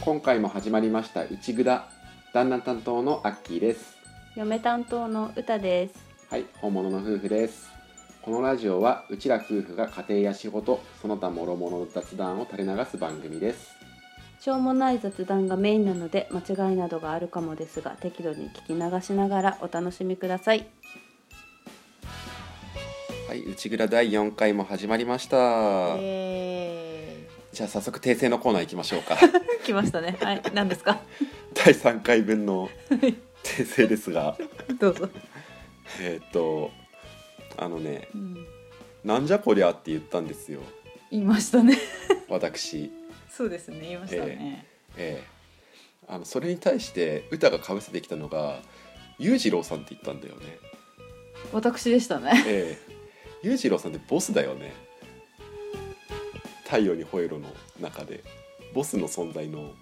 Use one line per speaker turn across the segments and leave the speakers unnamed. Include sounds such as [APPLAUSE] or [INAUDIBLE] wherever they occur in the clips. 今回も始まりました「うちぐだ」旦那担当のアッキーです
嫁担当の歌です
はい本物の夫婦ですこのラジオはうちら夫婦が家庭や仕事その他諸々の雑談を垂れ流す番組です
しょうもない雑談がメインなので間違いなどがあるかもですが適度に聞き流しながらお楽しみください
はいうちぐだ第4回も始まりました、じゃあ早速訂正のコーナー行きましょうか [LAUGHS]
来ましたねはい何ですか
第3回分の訂正ですが
どうぞ、
えーっとあのね「なんじゃこりゃ」って言ったんですよ
言いましたね
私
そうですね言いま
したね、ええあのそれに対して歌がかぶせてきたのが裕次郎さんって言ったんだよね。
私でしたね
ええ、裕次郎さんってボスだよね。太陽に吠えろの中でボスの存在の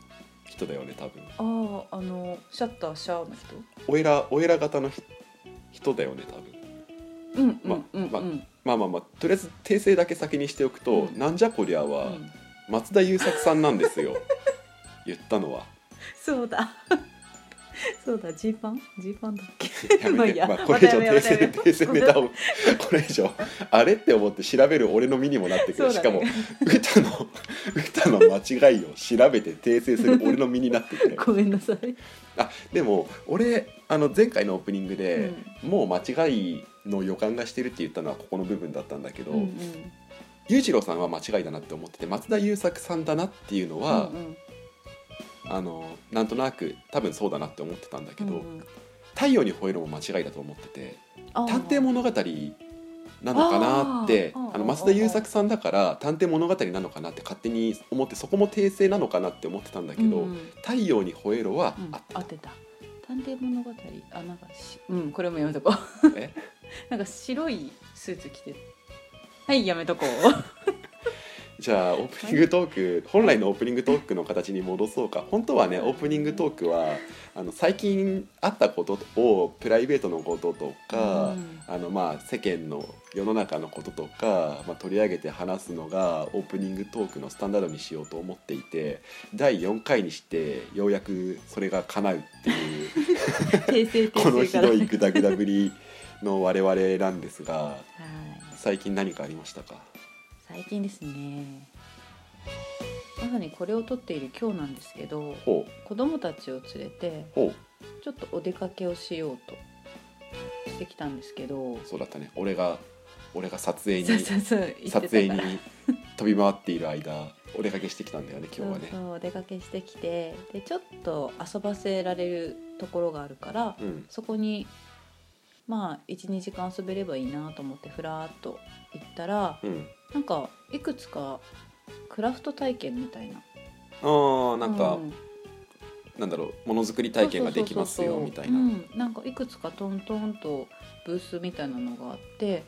人だよね多分。
あああのシャッターシャーの人
オエラオエラ型のひ人だよね多分。
うん
ま
うんうん
ま
うん
まあまあまあとりあえず訂正だけ先にしておくと、
うん
なんじゃこりゃ
う
は
ん
松田優作さんなんですよ。言ったのは。
そうだ [LAUGHS] そうだジーパンジーパンだっけ
や
まあ
め
いい
て、
や
まあ、これ以上
またやめよ
訂
う
正訂正ネタをこれ以上あれって思って調べる俺の身にもなってくる、
そう
しか
だ
も
ね
歌の歌の間違いを調べて訂正する俺の身になってくる
ごめんなさい
あでも俺あの前回のオープニングで、もう間違いの予感がしてるって言ったのはここの部分だったんだけど
うんうん
裕次郎さんは間違いだなって思ってて松田優作さんだなっていうのは、
うん
あのなんとなく多分そうだなって思ってたんだけ
うん
ど
う
「
んうん
太陽に吠えろ」も間違いだと思ってて。
あー
探偵物語なのかなって
あー
あの
あー
増田優作さんだから探偵物語なのかなって勝手に思ってそこも訂正なのかなって思ってたんだけど「
うんうん
太陽に吠えろ」は
うん
あって
合
た
ってた探偵物語あなんかしうんこれもやめとこう [LAUGHS]
ね。
なんか白いスーツ着てはいやめとこう
じゃあオープニングトーク本来のオープニングトークの形に戻そうか本当はねオープニングトークはあの最近あったことをプライベートのこととか、
うん
あのまあ世間の世の中のこととか、まあ、取り上げて話すのがオープニングトークのスタンダードにしようと思っていて第4回にしてようやくそれが叶うっていう [LAUGHS]
訂正
この
訂正
ひ
から
どいグダグダぶりの我々なんですが
はい
最近何かありましたか
最近ですねまさにこれを撮っている今日なんですけど
ほう
子供たちを連れて
ほう
ちょっとお出かけをしようとしてきたんですけど
そうだったね俺が俺が撮影に
そうそうそう言ってたか
撮
ら
影に飛び回っている間お出かけしてきたんだよね今日はね
そうそうお出かけしてきてでちょっと遊ばせられるところがあるから
うん
そこにまあ12時間遊べればいいなと思ってふらーっと行ったら
うん
なんかいくつかクラフト体験みたいな
あーなんか、
うん
なんだろうものづくり体験ができますよ
そうそう
み
そう
た
そう
いな。
うん、なんかいくつかトントンとブースみたいなのがあって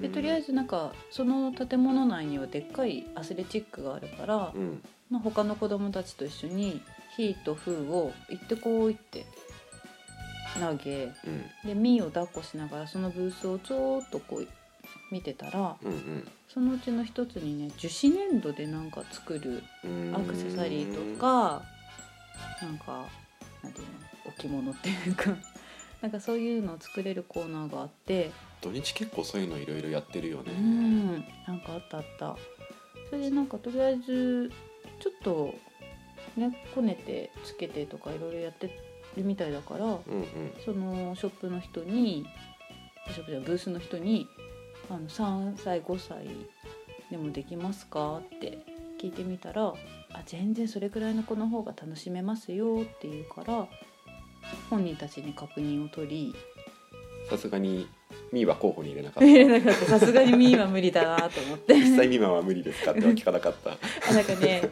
でとりあえ
ず、
ずなんかその建物内にはでっかいアスレチックがあるから、
うん、
まあ、他の子供たちと一緒にヒーとフーを行ってこいって投げ
うん、
でミーを抱っこしながらそのブースをちょーっとこう見てたら
うん、うん
そのうちの一つにね樹脂粘土でなんか作る
うん、
アクセサリーとかなんかなんていうの置物っていうかなんかそういうのを作れるコーナーがあって
土日結構そういうのいろいろやってるよね
う。んなんかあったあったそれでなんかとりあえずちょっとねこねてつけてとかいろいろやってるみたいだから
うん、うん、
そのショップの人にショップじゃないブースの人にあの3歳5歳でもできますかって聞いてみたらあ全然それくらいの子の方が楽しめますよって言うから本人たちに確認を取り
さすがにミーは候補に入れなか
[LAUGHS]
っ
入れな
た
かったさすがにミーは無理だなと思って
実際ミーは無理ですかっては聞かな
[LAUGHS]
かった
あなんかね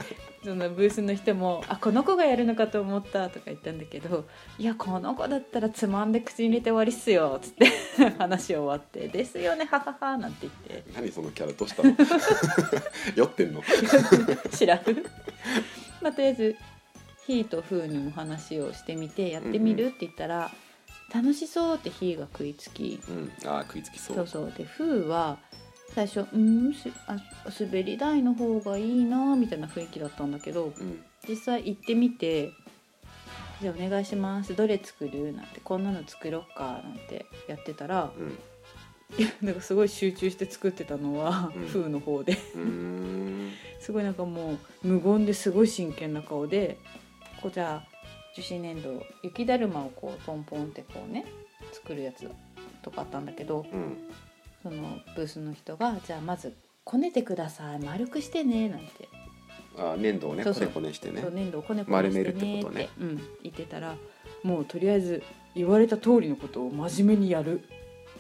そのブースの人も「あこの子がやるのかと思った」とか言ったんだけど「いやこの子だったらつまんで口に入れて終わりっすよ」つって [LAUGHS] 話終わって「ですよねははは」なんて言って
何そのキャラどうしたの [LAUGHS] 酔ってんの
知らん [LAUGHS] まあとりあえず「ひーとふーにも話をしてみてやってみ
うん
る?」って言ったら「楽しそう」ってひーが食いつき
うんあー食いつきそう
そうそうでふーは最初「うーんすあ滑り台の方がいいな」みたいな雰囲気だったんだけど
うん
実際行ってみて「じゃあお願いしますどれ作る?」なんて「こんなの作ろっか」なんてやってたら [LAUGHS]
うん
いやなんかすごい集中して作ってたのは、
うん
ふーの方で [LAUGHS]
うーん
すごいなんかもう無言ですごい真剣な顔でこうじゃあ樹脂粘土雪だるまをこうポンポンってこうね作るやつとかあったんだけど
うん
そのブースの人が「じゃあまずこねてください丸くしてね」なんて
あー粘土をね
そ
こ
うそう
ねこねしてね
そう粘土をこねこね
丸
して
め
ね
る
っ
っててことね
うん、言ってたらもうとりあえず言われた通りのことを真面目にやる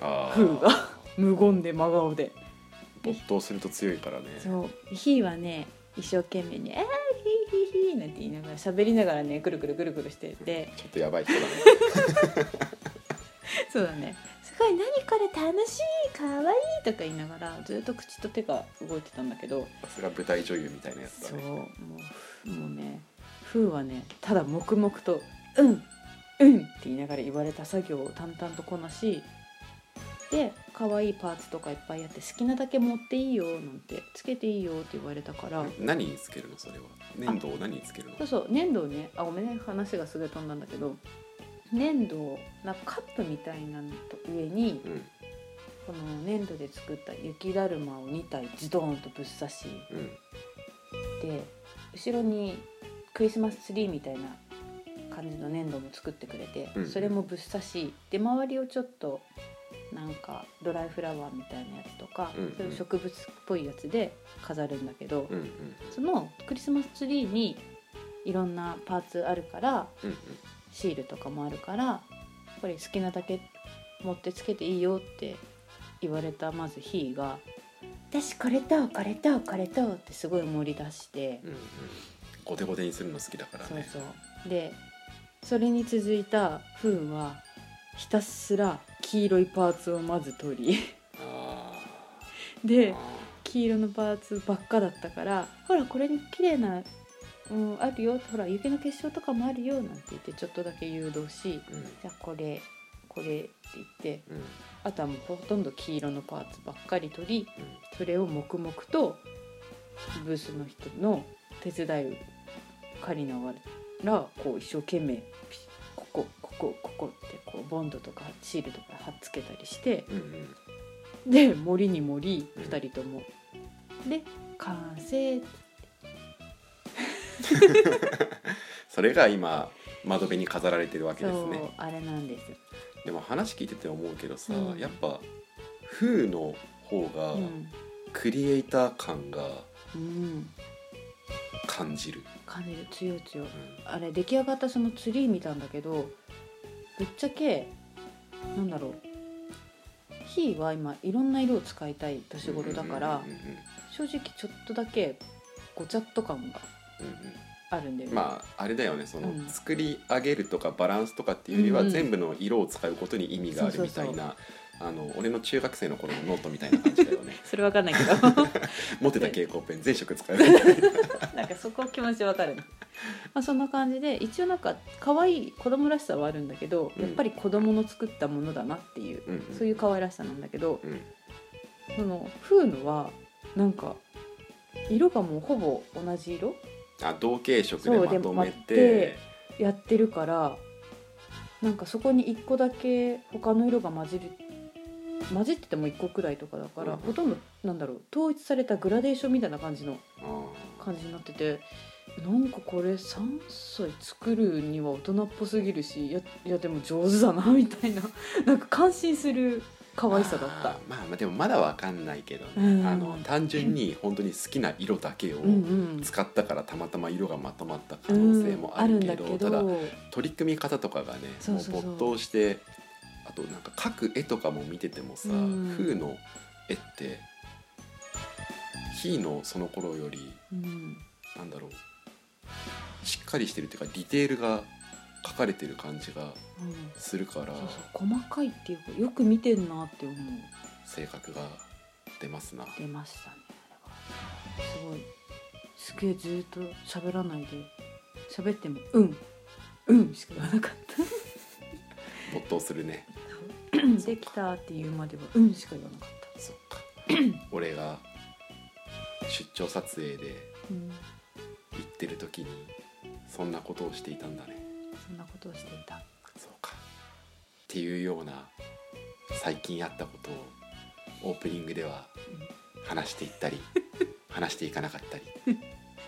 あ
風が [LAUGHS] 無言で真顔で。
没頭すると強いからね
そうひーはね一生懸命に「あーひーひーひー」なんて言いながら喋りながらねくるくるくるくるしてて
ちょっとやばい人だね
そうだねすごい何これ楽しいかわいいとか言いながらずっと口と手が動いてたんだけど
さすが舞台女優みたいなやつ
そ
だ
う
ね
もうもうねふーはねただ黙々と「うんうん」って言いながら言われた作業を淡々とこなしで可愛いパーツとかいっぱいあって好きなだけ持っていいよなんてつけていいよって言われたから。
何につけるのそれは粘土を何につけるの
そうそう粘土をねあごめんね話がすぐ飛んだんだけど粘土をなんかカップみたいなのと上に
うん
この粘土で作った雪だるまを2体ズドーンとぶっ刺し
うん
で後ろにクリスマスツリーみたいな感じの粘土も作ってくれて、
うん
それもぶっ刺しで周りをちょっとなんかドライフラワーみたいなやつとか、
うんうん
そういう植物っぽいやつで飾るんだけど、
うんうん
そのクリスマスツリーにいろんなパーツあるから
うん
シールとかもあるからこれ好きなだけ持ってつけていいよって言われたまずひーが「私これとこれとこれと」ってすごい盛り出して
うんうんゴテゴテにするの好きだから
そう
ね
そうでそれに続いたふーはひたすら黄色いパーツをまず取り [LAUGHS]
あー
で
あ
黄色のパーツばっかだったから「ほらこれに綺麗な、うん、あるよほら雪の結晶とかもあるよ」なんて言ってちょっとだけ誘導し
ーうん
「じゃあこれこれ」って言って
うん
あとはもうほとんど黄色のパーツばっかり取り
うん
それを黙々とブースの人の手伝いを借りながらこう一生懸命ピシここここここってこうボンドとかシールとか貼っつけたりして
うんうん
で森に森
うん
2人とも。で完成
それが今窓辺に飾られてるわけです
そう
ね
あれなんです。
でも話聞いてて思うけどさ、
うん
やっぱ風の方が
うん
クリエイター感が
うん、
感じる、
感じる強い強い
うん
あれ出来上がったそのツリー見たんだけどぶっちゃけなんだろうひーは今いろんな色を使いたい年頃だから
うんうんうん
正直ちょっとだけごちゃっと感が
うんうん
あるんだよね、
まああれだよねその、
うん
作り上げるとかバランスとかっていうよりは、
うんうん
全部の色を使うことに意味があ
そ
る
う
み
そ
た
う
い
そう
なあの俺の中学生の頃のノートみたいな感じ
[LAUGHS]
だよね
それわかんないけど [LAUGHS] な
持ってた蛍光ペン全色使える
んかそこ気持ちわかるねまあそんな感じで一応なんか可愛い子供らしさはあるんだけど、
うん
やっぱり子供の作ったものだなっていう、
うんうん
そういう可愛らしさなんだけど、
うん
そのフーのはなんか色がもうほぼ同じ色
あ同系色
そうで
でまとめ
ま
て
やってるからなんかそこに1個だけ他の色が混じる混じってても1個くらいとかだから、
うん
ほとんどなんだろう統一されたグラデーションみたいな感じの
あー
感じになっててなんかこれ3歳作るには大人っぽすぎるしいやいやでも上手だなみたいな [LAUGHS] なんか感心する可愛さだった。
あーまあまあでもまだわかんないけどね、
うん
あの単純に本当に好きな色だけを
うんうん
使ったからたまたま色がまとまった可能性もあるけど,、
うんあるんだけ
ただ
ど
取り組み方とかがね
そうそうそう
もう没頭してあとなんか描く絵とかも見ててもさ、
うん
風の絵って火のその頃より
うん
なんだろうしっかりしてるっていうかディテールが描かれてる感じが
うん
するから
そうそう細かいっていうかよく見てんなって思う
性格が出ますな。
出ましたねあれはすごいすげえずーっと喋らないで喋っても「うんうん」しか言わなかった [LAUGHS]
没頭するね。
「できた」って言うまでは「うん」しか言わなかった、
そっ
[LAUGHS]
か俺が出張撮影で
うん、
行ってる時にそんなことをしていたんだね
そんなことをしていた
そうかっていうような最近あったことをオープニングでは話していったり話していかなかったり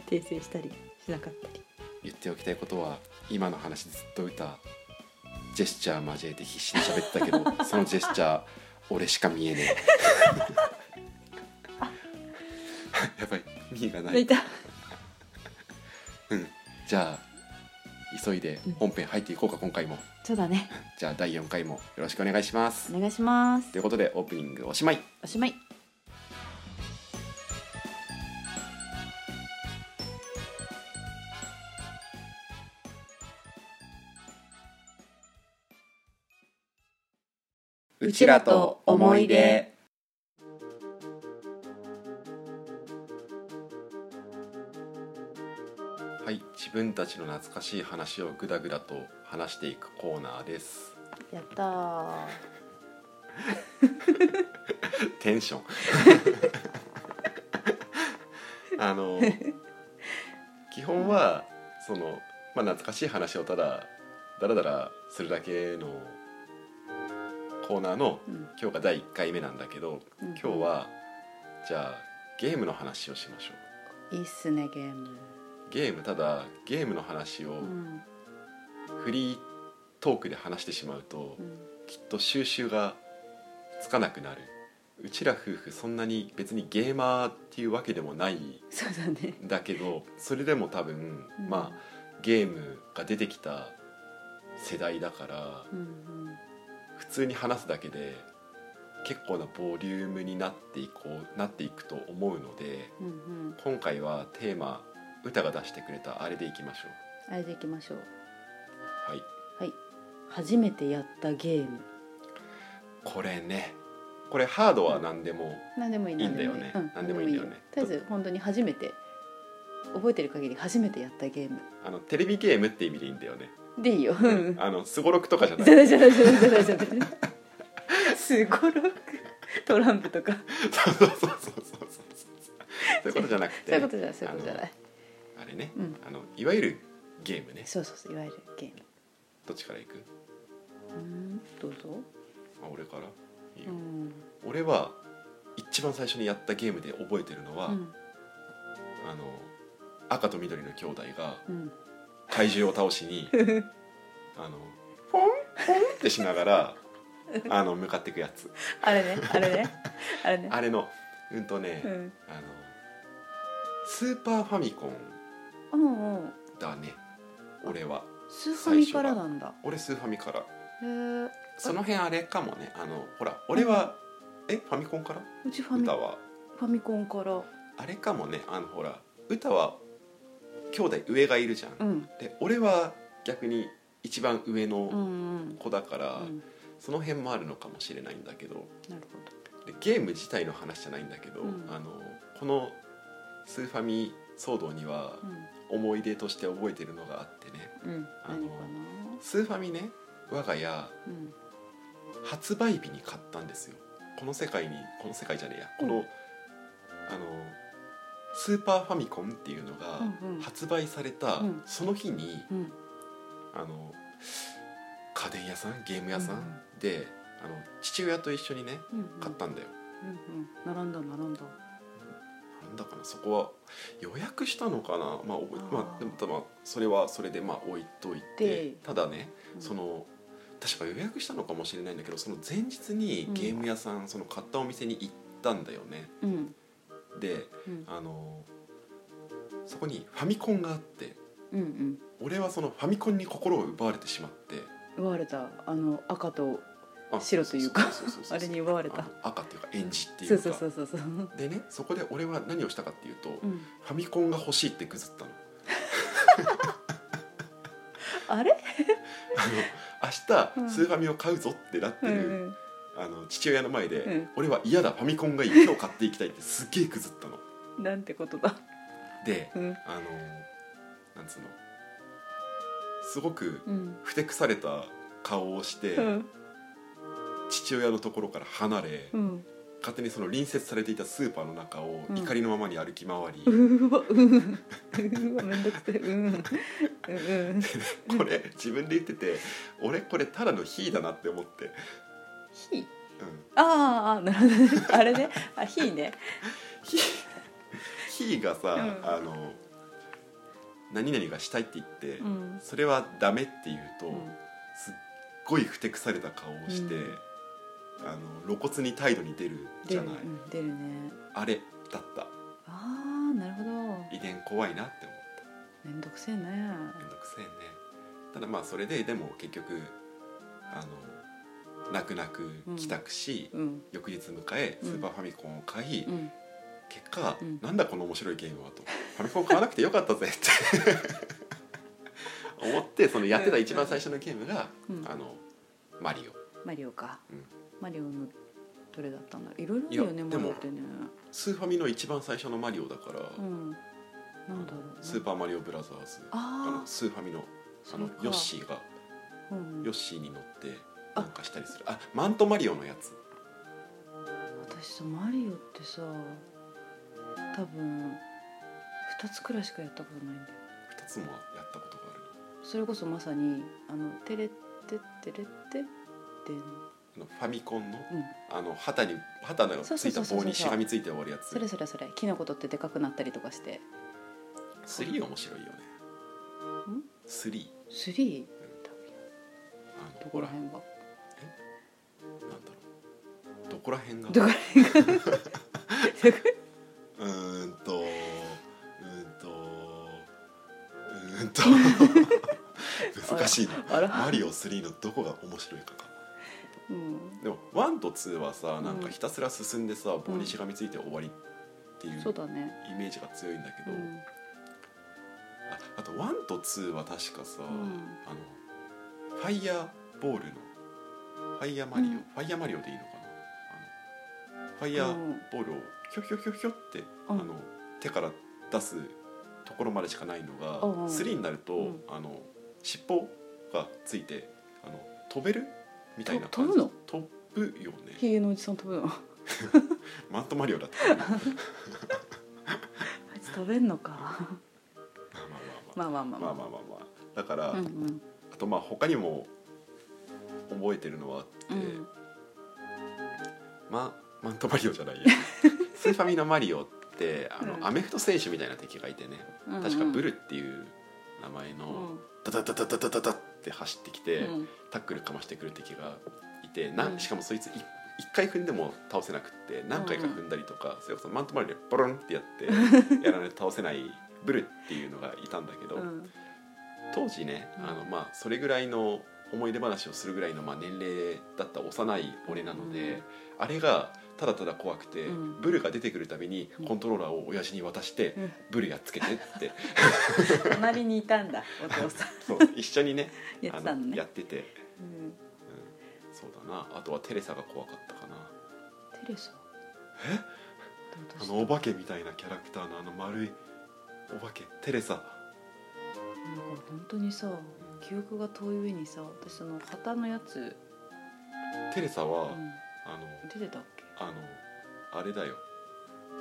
訂正したりしなかったり
言っておきたいことは今の話ずっと歌ジェスチャー交えて必死に喋ってたけどそのジェスチャー俺しか見えねえやばい見えがない
泣いた
じゃあ急いで本編入っていこうか、今回も
そうだね
じゃあ第4回もよろしくお願いします
お願いします
ということでオープニングおしまい
おしまい
うちらと思い出
はい自分たちの懐かしい話をぐだぐだと話していくコーナーです
やったー
テンショ [LAUGHS] ンあの基本はその、まあ、懐かしい話をただだらだらするだけのコーナーの
うん
今日が第1回目なんだけど
うん
今日はじゃあゲームの話をしましょう
いいっすねゲーム
ゲームただゲームの話を
うん
フリートークで話してしまうと
うん
きっと収集がつかなくなるうちら夫婦そんなに別にゲーマーっていうわけでもないん
そうだね
だけどそれでも多分、
うん
まあゲームが出てきた世代だから
うんうん
普通に話すだけで結構なボリュームになっていこうなっていくと思うので
うんうん
今回はテーマ歌が出してくれたあれでいきましょ
あれでいきましょう
うはい
はい初めてやったゲーム
これねこれハードは何でも
何でもいい
いいんだよね
うん
何でもいいんだよね
とりあえず本当に初めて覚えてる限り初めてやったゲーム
あのテレビゲームって意味でいいんだよね
でいいようん
あのすごろくとかじゃな
じゃない
い
じゃないじゃないじゃないじゃないすごろくトランプとか
そうそうそうそうそうそういうことじゃなく
そう
て
いうことじゃないそういうことじゃない
あれね、
うん
あのいわゆるゲームね
そうそうそういわゆるゲーム
どっちからいく
うんどうぞ
あ俺からいいよ
うん
俺は一番最初にやったゲームで覚えてるのは、
うん
あの赤と緑の兄弟が
うん
怪獣を倒しにあのポンポンってしながらあの向かっていくやつ
あれねあれねあれね
あれのうんとね、
うん
あのスーパーファミコン
うんうん
だね俺は
スーファミからなんだ
俺スーファミから
へえ
その辺あれかもねあのほら俺はえファミコンから
うちファミ
歌
フ
は
ァミコンから
あれかもねあのほら歌は兄弟上がいるじゃん、
うん
で俺は逆に一番上
う
の
んうん
子だから、
うん
その辺もあるのかもしれないんだけど
なるほど
でゲーム自体の話じゃないんだけど、
うん
あのこのスーファミ騒動には
う
思い出として覚えてるのがあってね
ん、うん、
あの
何かな、
スーファミね我が家
うん、
発売日に買ったんですよこの世界にこの世界じゃねえやこの、
う
あのスーパーファミコンっていうのが
うんうん
発売された
うん
その日に、
うん、
あの家電屋さんゲーム屋さん、であの父親と一緒にね
うん、
買ったんだよ、
うん、うん、並んだ、並んだ。
なんだかなそこは予約したのかなまあ
あ
覚え
ー
まあでも多分それはそれでまあ置いといて
で
ただね
うん
そ、の確か予約したのかもしれないんだけどその前日にゲーム屋さん、その買ったお店に行ったんだよね
うん、
で
うん、
あのそこにファミコンがあって
うん、うん、
俺はそのファミコンに心を奪われてしまって
奪われた、あの赤と
あ
白というか
そうそうそうそう
あれに奪われた
あの赤っていうか演じってい
そうう
か
そうそうそうそう、う
でねそこで俺は何をしたかっていうと、フ
ん、
ァミコンが欲しいってぐずったの
あれ、
あの明
うん
日スーファミを買うぞってなって
うん
る、
うん、
あの父親の前で、
うん
俺は嫌だファミコンがいい今日買っていきたいってすっげえぐずったの
なんてことだ、
で
うん
あのなんつうのすごく
うん
ふてくされた顔をして、
うん
父親のところから離れ、
うん、
勝手にその隣接されていたスーパーの中を
うん
怒りのままに歩き回り、
うわうんうわめんどくさいうんうんうん
これ自分で言ってて俺これただの火だなって思って、
火
うん、
あーあーなるほどねあれねあ火ね
ひひがさ、
うん
あの何々がしたいって言って、
うん
それはダメって言うと、
うん
すっごいふてくされた顔をして、
うん
あの露骨に態度に出るじゃない、
出るうん出るね
あれだった
ああなるほど
遺伝怖いなって思って
めんどくせえね
めんどくせえねただまあそれででも結局あの泣く泣く帰宅し、
うん
翌日迎えスーパーファミコンを買い、
うん
結果、
うん
なんだこの面白いゲームはとファミコン買わなくてよかったぜって [LAUGHS] 思ってそのやってた一番最初のゲームが、
うん
あのマリオ
マリオか、
うん
マリオのどれだったんだいろいろあるよ
い
ね
や
マリオってね
スーファミの一番最初のマリオだから、
うんなんだろう
スーパーマリオブラザーズあ
あ
のスーファミの
あ
あのヨッシーが
ー、うん、
ヨッシーに乗って
あ
なんかしたりするあマントマリオのやつ
私さマリオってさ多分2つくらいしかやったことないんだよ
2つもやったことがある
それこそまさにあの「テレテテレテ」で
あのファミコンの
うん
あの旗に旗の
そう
つ
そそ
いうた
うそう
棒にしがみついて終わるやつ
それそれそれキノコ取ってでかくなったりとかして
3面白いよね
ん
3
3
あの
どこら辺が
なんだろうどこら辺が
どこら辺が
うーんとうーんとうーん
[LAUGHS]
と [LAUGHS] 難しいな
あら、
マリオ3のどこが面白いかか
うん、
でも1と2はさ
うん
なんかひたすら進んでさ、棒にしがみついて終わりっていう
そうだね
イメージが強いんだけ
う
ど、
ん
ああと1と2は確かさ、
ん
あのファイヤーボールのファイヤーマリオ、
うん
ファイヤーマリオでいいのかなあのファイヤーボールをひょひょひょひょって、
うん
あの手から出すところまでしかないのが、
うんうん
3になると、
うん
あの尻尾がついてあの飛べるみたいな
と飛ぶ
感じ
の
飛ぶよね
ヒゲのおじさん飛ぶのあ
マントマリオだったまあま
いつ飛べんのか
あ [LAUGHS] まあ
まあまあまあ
まあまあまあまあまあだから、
うんうん
あとまあ他にも覚えてるのはあって、
うん
まマントマリオじゃない
[LAUGHS]
やスーファミのマリオってあの、
うん
アメフト選手みたいな敵がいてね
うんうん
確かブルっていう名前の、
うん
ダダダダダダダダって走ってきて、
うん
タックルかましてくる敵がいてな
うん
んしかもそいつい一回踏んでも倒せなくって何回か踏んだりとか、それこそマントマリでボロンって
[LAUGHS]
やってやらないと倒せないブルっていうのがいたんだけど、
うん
当時ね
うん
あの、まあ、それぐらいの思い出話をするぐらいの、まあ、年齢だった幼い俺なので、
うん
あれがただただ怖くて、
うん
ブルが出てくるたびに
うん
コントローラーを親父に渡して、
うん
ブルやっつけてって、
隣にいたんだ [LAUGHS] お父
[LAUGHS]
さん
そう一緒にね
[LAUGHS] やっ
あ
てたの
のや
ね
っ、てて。
うん、
うんそうだなあとはテレサが怖かったかな
テレサ
あ
え
のお化けみたいなキャラクターのあの丸いお化けテレサ
なんか本当にさ記憶が遠い上にさ私その旗のやつ、
テレサ
う
は、
ん、
あの
出てたっけ
あのあれだよ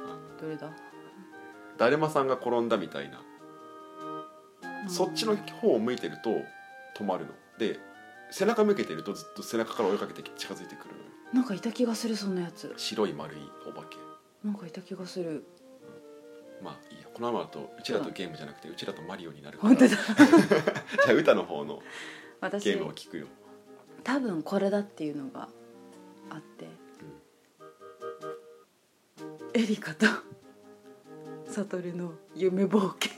あの
どれだ
だるまさんが転んだみたいな、そっちの方を向いてると止まるので背中向けてるとずっと背中から追いかけて近づいてくるのよ
なんかいた気がするそんなやつ
白い丸いお化け
なんかいた気がする
まあいいやこのままだとうちらとゲームじゃなくてうちらとマリオになるから
本当だ
じゃあ歌の方のゲ
私
ームを聞くよ
多分これだっていうのがあって、エリカと [LAUGHS] サトルの夢冒険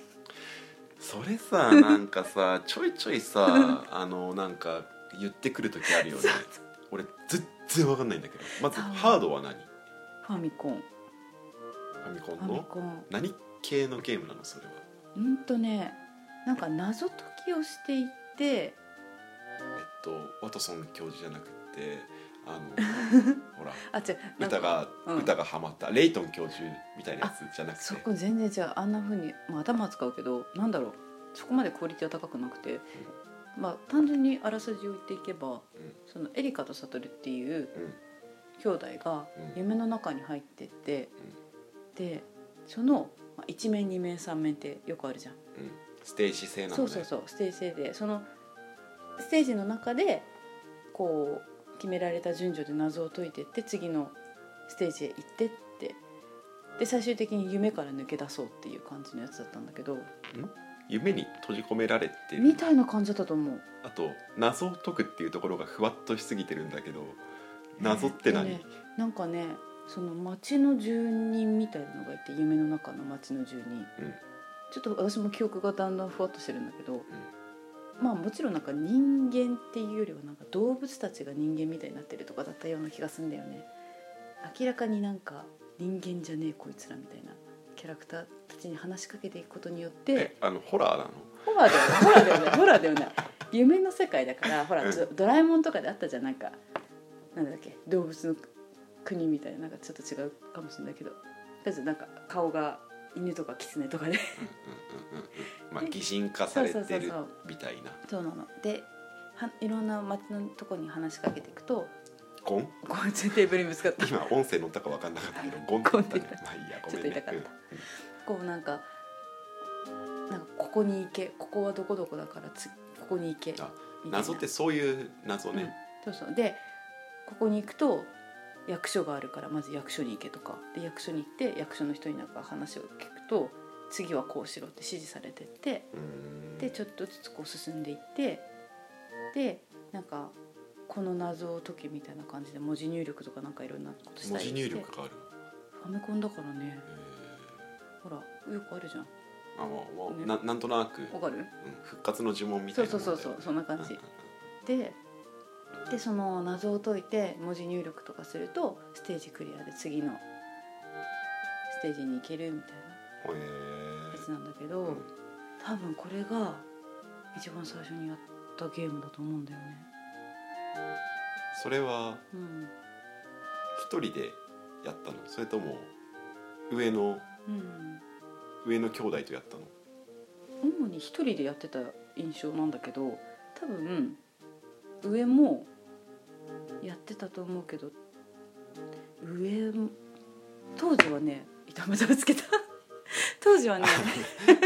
それさなんかさちょいちょいさあのなんか言ってくる時あるよね俺全然わかんないんだけどまず
そう
ハードは何フ
ファミコン
ァミコ
ファ
ン
ミ
の
コン
何系のゲームなのそれは
うんとねなんか謎解きをしていって
えっとワトソン教授じゃなくて
[LAUGHS]
あのほら
あ違うなんか
歌が、
うん
歌がハマったレイトン教授みたいなやつじゃなく
そ
て
こ全然違うあんな風に、まあ、頭は使うけどなんだろうそこまでクオリティは高くなくて、まあ、単純にあらすじを言っていけば、
うん
そのエリカと悟っていう
うん
兄弟が
うん
夢の中に入ってって、でそのまあ一面二面三面ってよくあるじゃん、
うん、ステージ制なの
そ
ね
うそうそうステージ制でそのステージの中でこう決められた順序で謎を解いてって次のステージへ行ってってで最終的に夢から抜け出そうっていう感じのやつだったんだけど
夢に閉じ込められてる
みたいな感じだったと思う
あと謎を解くっていうところがふわっとしすぎてるんだけど謎って何、
えっとねなんかねその町の住人みたいなのがいて夢の中の町の住人、
うん
ちょっと私も記憶がだんだんふわっとしてるんだけど、まあもちろんなんか人間っていうよりはなんか動物たちが人間みたいになってるとかだったような気がするんだよね明らかになんか人間じゃねえこいつらみたいなキャラクターたちに話しかけていくことによって
えあのホラーなの
ホラーだよねホラーだよねホラーだよね夢の世界だからほら、
うん
ドドラえもんとかであったじゃんなんかなんだっけ動物の国みたいななんかちょっと違うかもしれないけどだってなんか顔が犬とか狐とかで
うんうんうんうんまあ擬人化されてるみたいな
そうなのではいろんな街のとこに話しかけていくと
ゴン
こうやってテーブルにぶつかって
今音声乗ったか分かんな
[LAUGHS]
かったけどゴンだった
ゴン
ね
って言った
まあいいやご
ちょっと
めんね
痛かったこうなんかなんかここに行けここはどこどこだからつここに行けみたい
あうん
な
謎ってそういう謎ね、
うんそうそうでここに行くと役所があるからまず役所に行けとかで役所に行って役所の人になんか話を聞くと次はこうしろって指示されてって
うーん
でちょっとずつこう進んでいってでなんかこの謎を解けみたいな感じで文字入力とかなんかいろんなことしたり
文
し
字
て
入力がある、
ファミコンだからね
え
ほらよくあるじゃん
ーあもうもう
ね
ななんとなく、うん
わかる
復活の呪文み
そ
たいうな
そ
も
うん
だ
そ
よ
うそうそんな感じ
うんう
ででその謎を解いて文字入力とかするとステージクリアで次のステージに行けるみたい
んうん
な
へ
や
ー
つなんだけど、
うん
多分これが一番最初にやったゲームだと思うんだよね。
それは
うん
一人でやったのそれとも上の
うん、
上の兄弟とやっ
[LAUGHS]
たの
主に一人でやってた印象なんだけど多分上もやってたと思うけど上も当時はね痛めをつけた [LAUGHS] 当時はね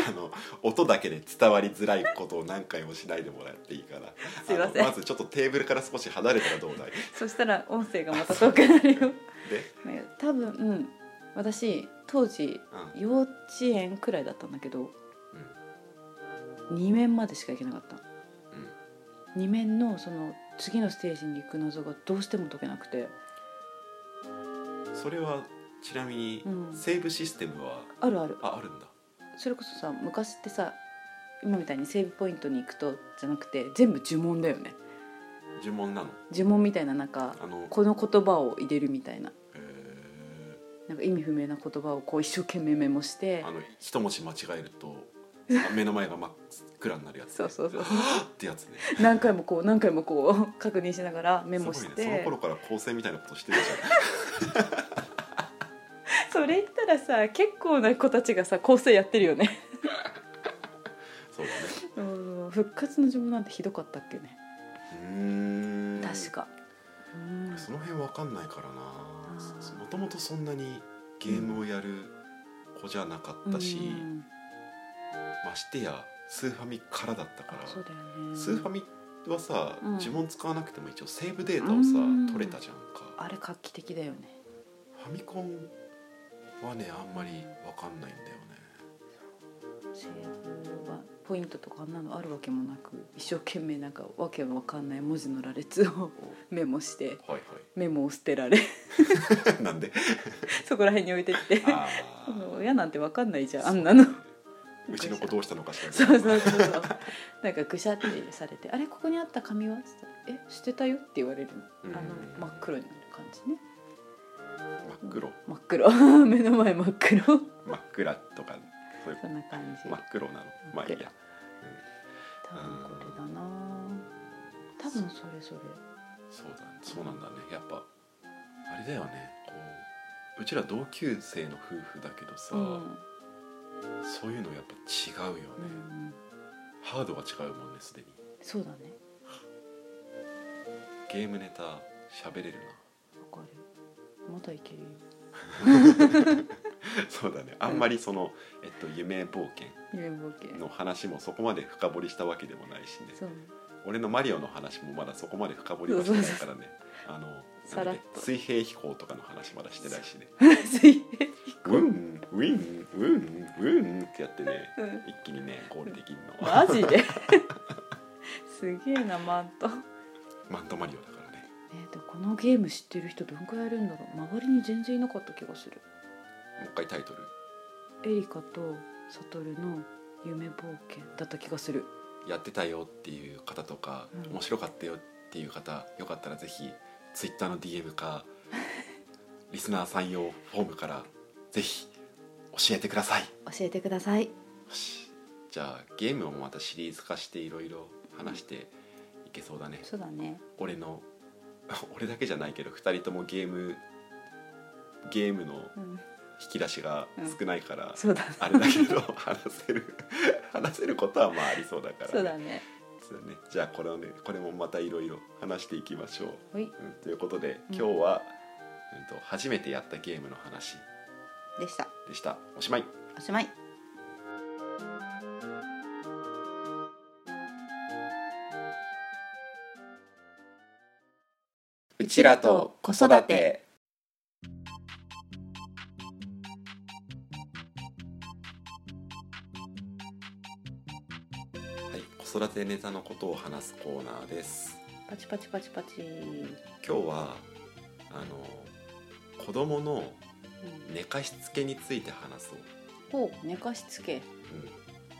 あの音だけで伝わりづらいことを何回もしないでもらっていいから
すいません
あのまずちょっとテーブルから少し離れたらどうだい
そしたら音声がまた遠くなるよ
で、
多分、うん、私当時
うん
幼稚園くらいだったんだけど、2面までしか行けなかった、2面のその次のステージに行く謎がどうしても解けなくて
それはちなみに
うん
セーブシステムは
あるある
ああるんだ
それこそさ昔ってさ今みたいにセーブポイントに行くとじゃなくて全部呪文だよね
呪文なの
呪文みたいななんか
あの
この言葉を入れるみたいな
へ
なんか意味不明な言葉をこう一生懸命メモして
ーあの一文字間違えると
[LAUGHS]
あ目の前が真っ暗になるやつ、ね、
そうそうそう
[GASPS] ってやつね
何回もこう何回もこう [LAUGHS] 確認しながらメモ
す
し
ごい
て、
ね、その頃から構成みたいなことしてるじ
それ言ったらさ結構な子たちがさ構成やってるよね
ゃんそうだ
うん復活の呪文なんてひどかったっけね、
ねうーん
[LAUGHS] 確か、うん
その辺わかんないから
あ
な
ー
もともとそんなにゲームをやる子じゃなかったし、
うん
ましてやスーファミからだったか
あそう
ら
だよね
スーファミはさ、
うん
呪文使わなくても一応セーブデータをさ、
うん
取れたじゃんか
あれ画期的だよね
ファミコンはねあんまりわかんないんだよね
セーブはポイントとかあんなのあるわけもなく一生懸命なんかわけわかんない文字の羅列を [LAUGHS] メモして
はい
メモを捨てられ
はい [LAUGHS] なんで
そこら辺に置いてって [LAUGHS]
あ
うん
ー
親なんてわかんないじゃんあんなの
うちの子どうしたのかしら
そうそうそうそうなんかぐしゃってされて「あれここにあった紙は?」っつったら「え捨てたよ」って言われるあ
うん
の真っ黒になる感じね
真っ黒
真っ黒目の前真っ黒
真っ暗とかそういう
そんな感じ
真っ黒なのまあいいや
多分これだな多分それそれ
そうだねそうなんだねやっぱあれだよねこううちら同級生の夫婦だけどさ、
うん
そういうのやっぱ違うよね、
うん
ハードは違うもんねすでに
そうだね
ゲームネタ喋れる
わかるまだいけるよ
な [LAUGHS] そうだねあんまりその、えっと、夢冒険
夢冒険
の話もそこまで深掘りしたわけでもないしね
そう [LAUGHS]
俺のマリオの話もまだそこまで深掘りはしてないからねあの
さらっと
なんだっけ水平飛行とかの話まだしてないしね
水平
ウィンウィンウィンウィンってやってね
うん
一気にねゴールできんの
マジで [LAUGHS] すげえなマント、ね、
マントマリオだからね
でこのゲーム知ってる人どんくらいいるんだろう周りに全然いなかった気がする
もう一回タイトル
エリカとサトルの夢冒険だった気がする
やってたよっていう方とか、
うん
面白かったよっていう方よかったらぜひツイッターの DM かリスナーさん用フォームからぜひ教えてください
教えてください
よしじゃあゲームをまたシリーズ化していろいろ話していけそうだね
そうだね
俺の [LAUGHS] 俺だけじゃないけど2人ともゲームゲームの
うん
引き出しが少ないから、
[LAUGHS] そうだ
あれだけど [LAUGHS] 話せる話せることはまあありそうだからね、
[LAUGHS] そうだね
そうだねじゃあこれをねこれもまたいろいろ話していきましょう、
はい
うんということで
うん
今日は、うんと初めてやったゲームの話
でした
でしたおしまい
おしまい
うちらと子育て
はい子育てネタのことを話すコーナーです
パチパチパチパチ、うん
今日はあの子供の寝かしつけについて話そう、
ほう寝かしつけ、
うん、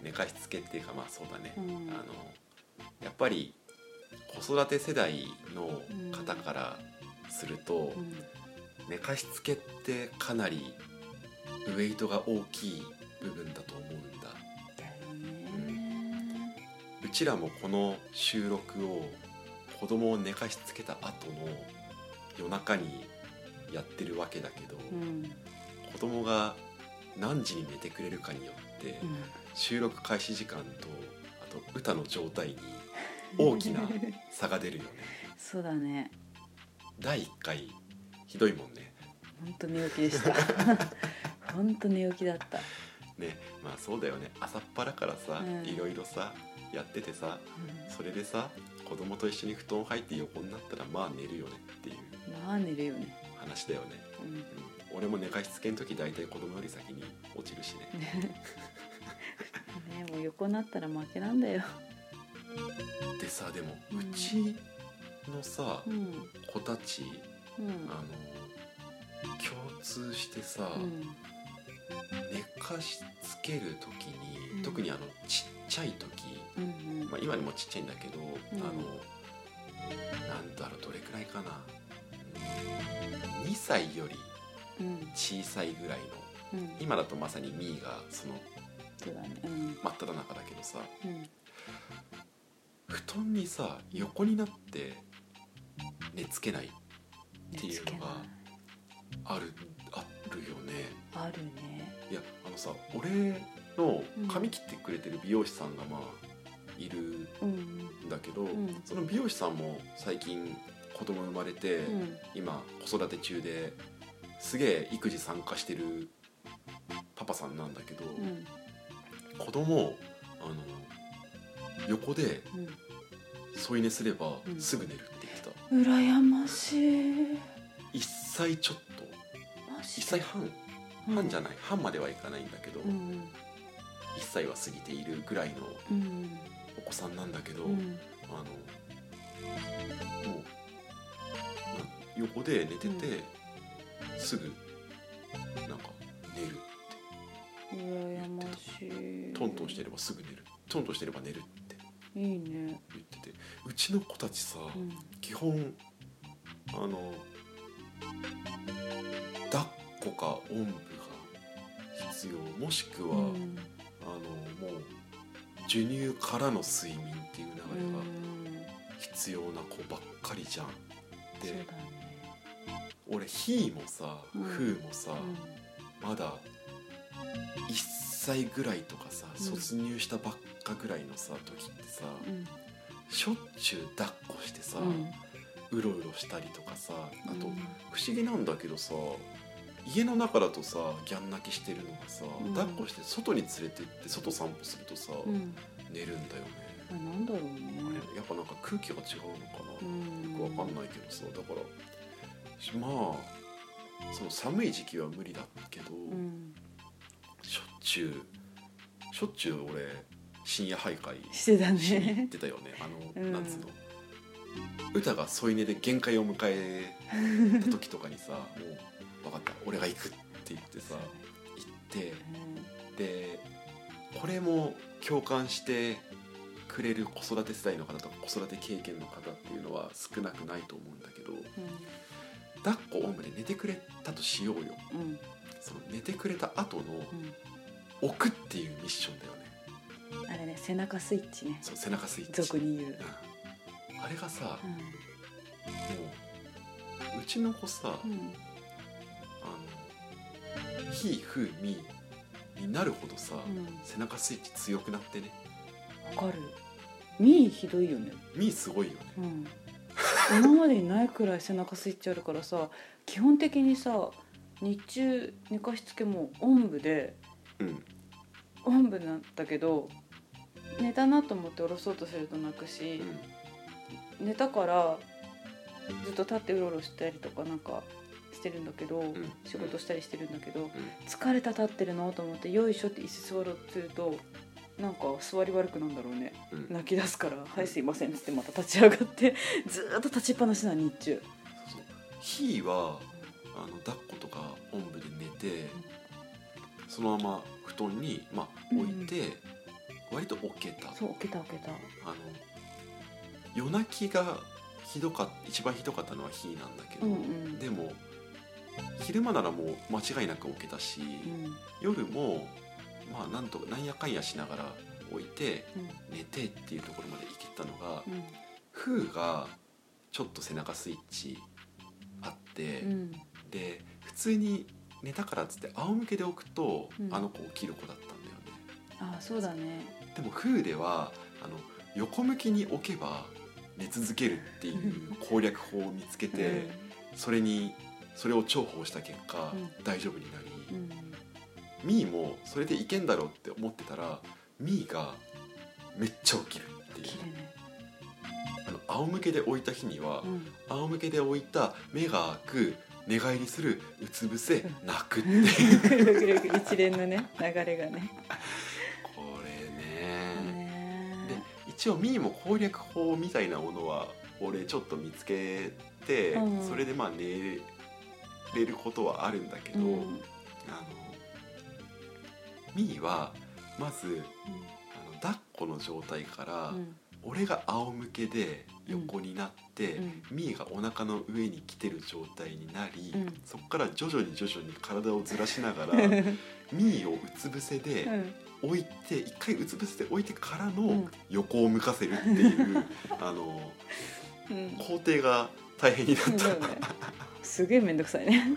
寝かしつけっていうかまあそうだね、
うん
あのやっぱり子育て世代の方からすると、
うん、
寝かしつけってかなりウェイトが大きい部分だと思うんだ
だよね
うちらもこの収録を子供を寝かしつけた後の夜中にやってるわけだけど、
うん
子供が何時に寝てくれるかによって収録開始時間とあと歌の状態に
[LAUGHS]
大きな差が出るよね
そうだね
第1回ひどいもんね
本当寝起きで [LAUGHS] した本当寝起きだった、
ねまあそうだよね朝っぱらからさ、
うん
いろいろさやっててさそれでさ子供と一緒に布団入って横になったらまあ寝るよねっていう
まあ寝るよね、
話だよね、
うん、
うん、俺も寝かしつけの時大体子供より先に落ちるしね
ねもう横になったら負けなんだよ、
でさでも
うん
うちのさ
うん
子たち
うん
あの共通してさ、
うん
寝かしつける時
う
に
ん
特にあのちっちゃい時、
うんうん
まあ、今にもちっちゃいんだけど、
ん
あのなんだろうどれくらいかな2歳より
うん
小さいぐらいの
うん
今だとまさにミーがその
そうだねうん
真っ只中だけどさ
うん
布団にさ横になって寝つけないっていうのがあるあるよね。
あるね
いやあのさ俺の髪切ってくれてる美容師さんがまあいる
うん
んだけど、
ん
その美容師さんも最近子供生まれて、
うん
今子育て中ですげえ育児参加してるパパさんなんだけど、
うん
子供をあの横で添い寝すれば
うん
すぐ寝るって言ってた、
うん羨ましい
1歳ちょっと
マジ
1歳半半じゃない、半まではいかないんだけど、
う
1
ん
歳は過ぎているぐらいの
うん
お子さんなんだけど、
うん
あのもうな横で寝てて、
う
すぐなんか寝る
羨ましい
トントンしてればすぐ寝るトントンしてれば寝るって
いいね、
言っててうちの子たちさ、
うん、
基本あの抱っこかおんぶが必要もしくは、
うん
あのもう授乳からの睡眠っていう流れが
うん
必要な子ばっかりじゃん。
そう
で
だね
俺ひーもさ
うん
ふーもさ、
うん
まだ1歳ぐらいとかさ
うん
卒乳したばっかぐらいのさ時ってさ、
うん
しょっちゅう抱っこしてさ、
うん
うろうろしたりとかさあと、
うん
不思議なんだけどさ家の中だとさギャン泣きしてるのがさ、
うん
抱っこして外に連れてって外散歩するとさ、
うん
寝るんだよね、
あなんだろう
あれ
ね
やっぱなんか空気が違うのかな、
ん
よくわかんないけどさだからまあその寒い時期は無理だけど、
うん
しょっちゅうしょっちゅう俺深夜徘徊
してた
しに行っ
ね
てたよねあの、
うん
なんつうの歌が添い寝で限界を迎えた時とかにさもう分かった俺が行くって言ってさ行ってでこれも共感してくれる子育て世代の方とか子育て経験の方っていうのは少なくないと思うんだけど抱っこおんぶで寝てくれたとしようよ
うんうん
その寝てくれた後の
う
置くっていうミッションだよね
んあれね背中スイッチね
そう背中スイッチ
俗に言う
うんあれがさ、もううちの子さ、
うんうん
あの「ひふみ」になるほどさ、
うん
背中スイッチ強くなってね
わかるミーひどいよね
「み」すごいよね
うん今までにないくらい背中スイッチあるからさ基本的にさ日中寝かしつけもおんぶで
うん
おんぶなんだけど寝たなと思って下ろそうとすると泣くし
うん
寝たからずっと立ってうろうろしたりとかなんかしてるんだけど
ん
仕事したりしてるんだけど疲れた立ってるなと思ってよいしょって椅子座ろうとするとなんか座り悪くなんだろうね
うん
泣き出すから「はいすいません」っつってまた立ち上がって [LAUGHS] ずーっと立ちっぱなしなの日中。
そうそう「ひ」はあの抱っことかおんぶで寝てそのまま布団に、まあ、置いて、割と置けた
そう置けた置けた
あの夜泣きがひどか一番ひどかったのは日なんだけど、
うんうん
でも昼間ならもう間違いなく置けたし、
うん
夜もまあなんとかなんやかんやしながら置いて
うん
寝てっていうところまで行けたのが、
うん
フーがちょっと背中スイッチあって、
うん
で普通に寝たからっつって仰向けで置くと、
うん
あの子起きる子だったんだよね。
あそうだね
でもフーではあの横向きに置けば寝続けるっていう攻略法を見つけて、それにそれを重宝した結果、
うん
大丈夫にな
う
り、
ん
ミーもそれでいけんだろうって思ってたらミーがめっちゃ起きるっていう
綺麗ね
あの仰向けで置いた日には、
うん
仰向けで置いた目が開く寝返りするうつ伏せ
う
泣くっていう
ぐるぐるぐる一連のね流れがね
これねで
ね
一応ミーも攻略法みたいなものは俺ちょっと見つけて、
うん
それでまあ寝れることはあるんだけど、
うん
あのミーはまずあの抱っこの状態から、
うん
俺が仰向けで横になって、
うん
ミーがお腹の上に来てる状態になり、
うん
そこから徐々に徐々に体をずらしながら
[LAUGHS]
ミーをうつ伏せで。置いて一回うつ伏せて置いてから
うん
の横を向かせるっていう、
[LAUGHS]
あの
うんうん
工程が大変になっ
そうだよ
た、
ねすげえめんどくさいね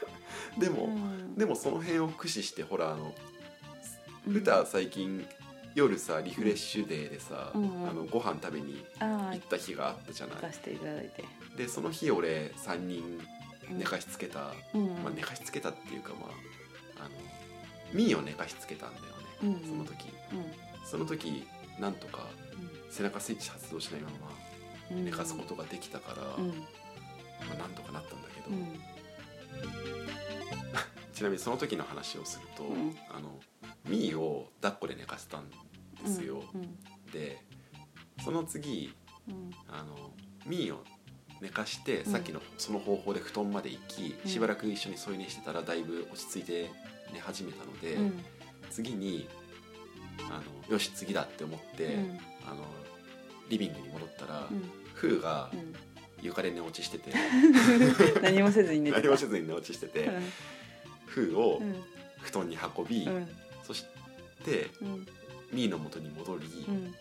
[LAUGHS] でも、
うん
でもその辺を駆使してほらあの
うん
歌は最近夜さリフレッシュデーでさ、
うんうん
あのご飯食べに
あ
行
あ
った日があったじゃない
行、かせていただいて
でその日俺3人寝かしつけた、
うん
まあ、寝かしつけたっていうかまああのミーを寝かしつけたんだよね、
うん
その時
うん
その時なんとか背中スイッチ発動しないまま
うん
寝かすことができたから、
うん
まあ、なんとかなったんだけど、
うん
ちなみにその時の話をすると、
うん
あのミーを抱っこで寝かせたんですよ、
うん
でその次
うん
あのミーを寝かして、
うん
さっきのその方法で布団まで行き、
うん
しばらく一緒に添い寝してたらだいぶ落ち着いて寝始めたので、
うん
次にあのよし次だって思って、
うん
あのリビングに戻ったら、
うん
フーが
うん
床で寝落ちしてて
何もせずに [LAUGHS] 寝てた
何もせずに寝落ちしててフーを
うん
布団に運び、
うん
そして
うん
ミーの元に戻り、
うん